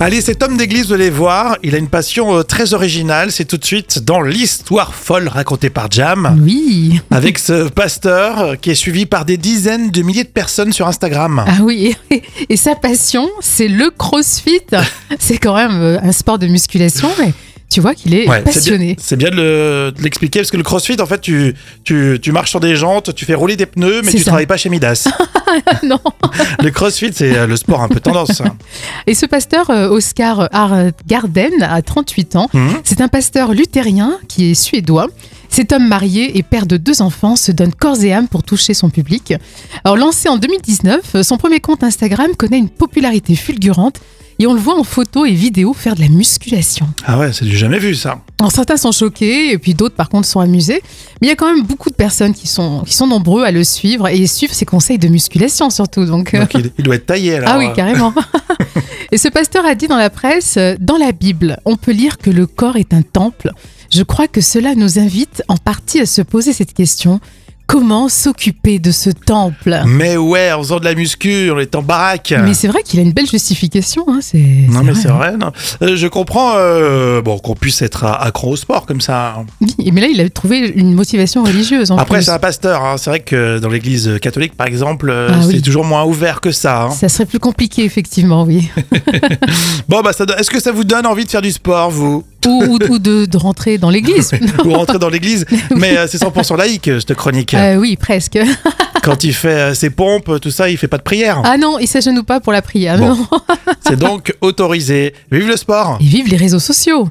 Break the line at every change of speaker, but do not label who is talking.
Allez, cet homme d'église, vous allez voir, il a une passion euh, très originale. C'est tout de suite dans l'histoire folle racontée par Jam,
Oui.
avec ce pasteur euh, qui est suivi par des dizaines de milliers de personnes sur Instagram.
Ah oui. Et sa passion, c'est le crossfit. c'est quand même euh, un sport de musculation, mais tu vois qu'il est
Ouais, c'est bien-
passionné.
C'est bien, de le- de l'expliquer parce que le crossfit, en fait, tu, tu, tu marches sur des jantes, tu fais rouler des pneus, mais
C'est
tu
ça.
travailles pas chez Midas.
non.
le crossfit, c'est euh, le sport un peu tendance. hein.
Et ce pasteur euh, Oscar Garden a 38 ans.
Mhm.
C'est un pasteur luthérien qui est suédois. Cet homme marié et père de deux enfants se donne corps et âme pour toucher son public. Alors lancé en 2019, son premier compte Instagram connaît une popularité fulgurante et on le voit en photos et vidéos faire de la musculation.
Ah ouais, c'est du jamais vu ça.
Alors certains sont choqués et puis d'autres par contre sont amusés. Mais il y a quand même beaucoup de personnes qui sont, qui sont nombreux à le suivre et suivent ses conseils de musculation surtout. Donc, euh,
Donc il, il doit être taillé alors.
ah oui,
euh,
carrément. Et ce pasteur a dit dans la presse, euh, dans la Bible, on peut lire que le corps est un temple. Je crois que cela nous invite en partie à se poser cette question. Comment s'occuper de ce temple
Mais ouais, en faisant de la muscu, on est en baraque.
Mais c'est vrai qu'il a une belle justification. hein, c'est,
Non mais c'est
hein.
vrai, non. Euh, je comprends euh, bon, qu'on puisse être a- accro au sport comme ça. hein.
Oui, mais là, il a trouvé une motivation religieuse. En
Après
plus.
c'est un pasteur, hein. c'est vrai que dans l'église catholique par exemple, euh,
Ah
c'est
oui.
toujours moins ouvert que ça. hein.
ça serait plus compliqué, effectivement, oui.
Bon bah ça, do- est-ce que ça vous donne envie de faire du sport vous
ou, ou- ou de, de rentrer dans l'église.
Ou rentrer dans l'église Mais euh, c'est 100% laïque euh, cette chronique.
Euh, oui, presque.
Quand il fait euh, ses pompes, tout ça, il fait pas de prière.
Ah non, il s'agenouille pas pour la prière.
Bon.
non.
C'est donc autorisé. Vive le sport
Et vive les réseaux sociaux.